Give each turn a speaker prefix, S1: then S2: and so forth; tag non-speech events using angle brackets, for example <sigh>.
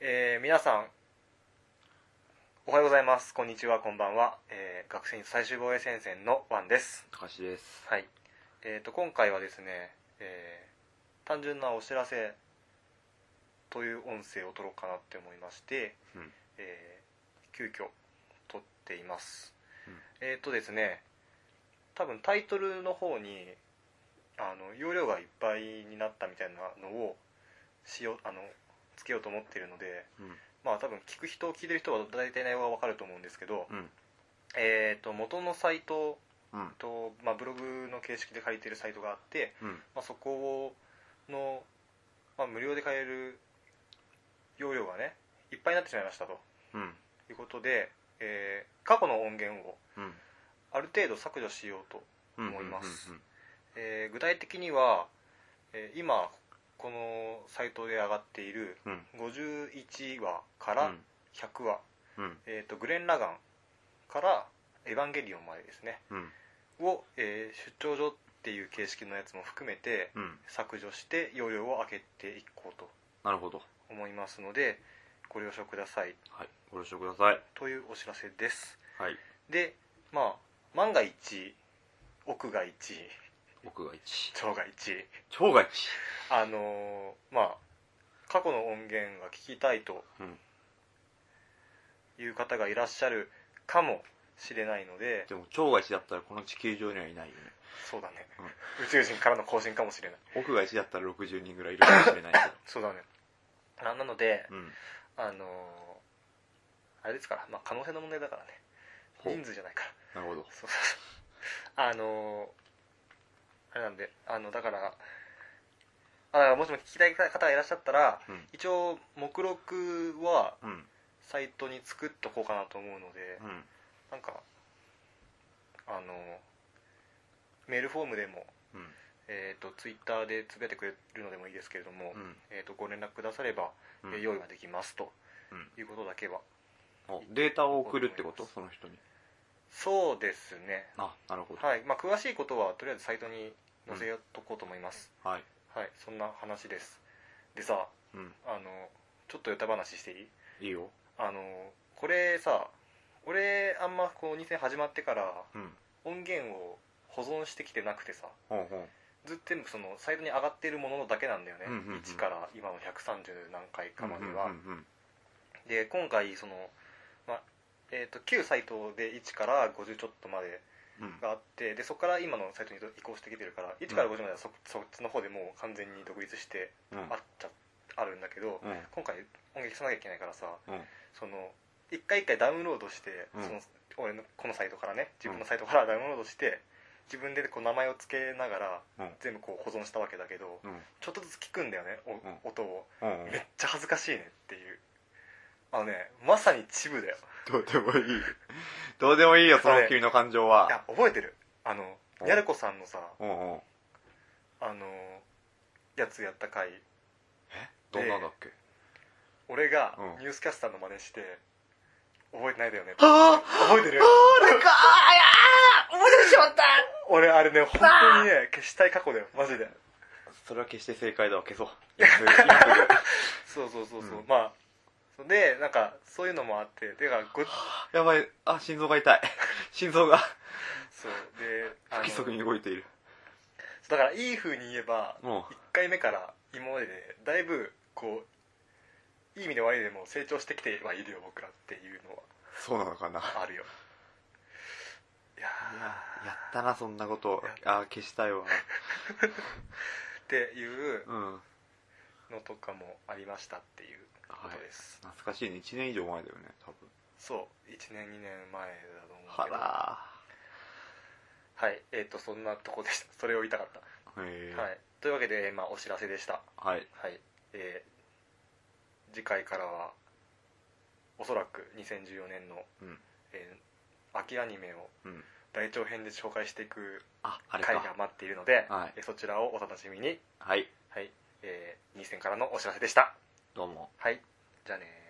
S1: えー皆さんおはようございますこんにちはこんばんは、えー学生最終防衛戦線のワンです
S2: 高橋です
S1: はいえー、と今回はですね、えー単純なお知らせという音声を撮ろうかなって思いまして、
S2: うん
S1: えー急遽撮っています、
S2: うん
S1: えっ、とですね多分タイトルの方にあの容量がいっぱいになったみたいなのをしようあのつけようと思っているのでまあ多分聞く人聞いてる人は大体内容がわかると思うんですけど、
S2: うん
S1: えっ、と元のサイト
S2: うん
S1: と、まあ、ブログの形式で借りてるサイトがあって、
S2: うん
S1: まあ、そこの、まあ、無料で買える容量がねいっぱいになってしまいましたと
S2: うん
S1: いうことで、えー過去の音源を
S2: うん
S1: ある程度削除しようと、
S2: うん
S1: 思います
S2: うん
S1: えー具体的には、えー今このサイトで上がっている
S2: うん
S1: 51話から100話、
S2: うん
S1: えー、とグレン・ラガンから「エヴァンゲリオン」までですね
S2: うん
S1: を、えー出張所っていう形式のやつも含めて
S2: うん
S1: 削除して容量を上げていこうと
S2: なるほど
S1: 思いますのでご了承ください
S2: はいご了承ください
S1: というお知らせです
S2: はい
S1: でまあ万が一奥が一
S2: 奥が一
S1: 腸が一
S2: 超が一
S1: あのーまあ過去の音源が聞きたいと
S2: うん
S1: いう方がいらっしゃるかもしれないので
S2: でも超が一だったらこの地球上にはいないよね
S1: そうだね、
S2: うん
S1: 宇宙人からの更新かもしれない
S2: 奥が一だったら60人ぐらいいるかもしれないけ
S1: そうだねななので
S2: どうん
S1: あのーあれですから、まあ、可能性の問題だからね
S2: ほう
S1: 人数じゃないから
S2: なるほど
S1: そうそう <laughs> そうあのあれなんであのだからあもしも聞きたい方がいらっしゃったら
S2: うん
S1: 一応目録は
S2: うん
S1: サイトに作っとこうかなと思うので
S2: うん
S1: なんかあのメールフォームでも、
S2: うん
S1: えー、とツイッターでつぶやいてくれるのでもいいですけれども、
S2: うん
S1: えー、とご連絡くだされば、
S2: う
S1: えー
S2: ん
S1: 用意ができますと
S2: うん
S1: いうことだけは
S2: おデータを送るってことその人に
S1: そうですね
S2: あなるほど
S1: はい、まあ、詳しいことはとりあえずサイトに載せとこうと思います、
S2: はい
S1: はいそんな話ですでさ
S2: うん
S1: あのちょっとヨタ話していい
S2: いいよ
S1: あのこれさ俺あんまこう2戦始まってから
S2: うん
S1: 音源を保存してきてなくてさ
S2: ほうほ
S1: ずっと全部そのサイトに上がってるものだけなんだよね、
S2: うんうんうん
S1: 1から今の130何回
S2: う
S1: かまでは、
S2: うんうん
S1: で今回その、まあえー、と旧サイトで1から50ちょっとまで
S2: うんうん
S1: があってでそこから今のサイトに移行してきてるから1から50まではそ,、そっちの方でもう完全に独立して
S2: うん
S1: あっちゃあるんだけど、
S2: うん
S1: 今回音楽しなきゃいけないからさ
S2: うん
S1: その一回一回ダウンロードして、
S2: うん
S1: その俺のこのサイトからね自分のサイトからダウンロードして自分でこう名前を付けながら、
S2: うん
S1: 全部こう保存したわけだけど
S2: うん
S1: ちょっとずつ聞くんだよねお、
S2: ん
S1: 音を
S2: うん
S1: めっちゃ恥ずかしいねっていうあのねまさにチブだよ。
S2: どうでもいい。どうでもいいよ、その君の感情はい
S1: や覚えてるあの
S2: お
S1: ニャルコさんのさ
S2: うんうん。
S1: あのやつやった回
S2: どんなんだっけ
S1: 俺が
S2: うん
S1: ニュースキャスターの真似して覚えてないだよね
S2: あ
S1: 覚えてる
S2: 俺かあー思い出しまった
S1: 俺あれね本当にね消したい過去だよマジで
S2: それは決して正解だわ、消そう。今すぐ今すぐ
S1: そうそうそうそう、
S2: うん
S1: まあそうでなんかそういうのもあっててかご
S2: やばい、あ、心臓が痛い。心臓が
S1: そうであ
S2: 不
S1: の
S2: 規則に動いている。
S1: だからいい風に言えば
S2: うん。うん
S1: 1回目から今まででだいぶこういい意味で悪い意味でも成長してきてはいるよ僕らっていうの
S2: そうなのかな。い
S1: はあるよいや
S2: や
S1: ー
S2: やったな、そんなこと。あー、消したいわ。
S1: っていう
S2: うん。
S1: のとかもありましたっていうことです、
S2: 懐かしいね。1年以上前だよね、多分。
S1: そう1年2年前だと思う
S2: は
S1: けど
S2: ら
S1: はいえっ、とそんなとこでした <laughs> それを言いたかった、
S2: ー。へ
S1: は
S2: え。
S1: い、というわけで、まあ、お知らせでした
S2: はい。
S1: はいえー次回からはおそらく2014年の、
S2: うん
S1: えー秋アニメを
S2: うん。
S1: 大長編で紹介していく
S2: あ、あれ
S1: 回が
S2: か。
S1: 待っているので、
S2: はい
S1: えーそちらをお楽しみに、
S2: はい。
S1: はいえ2戦からのお知らせでした
S2: どうも。
S1: はいじゃあねー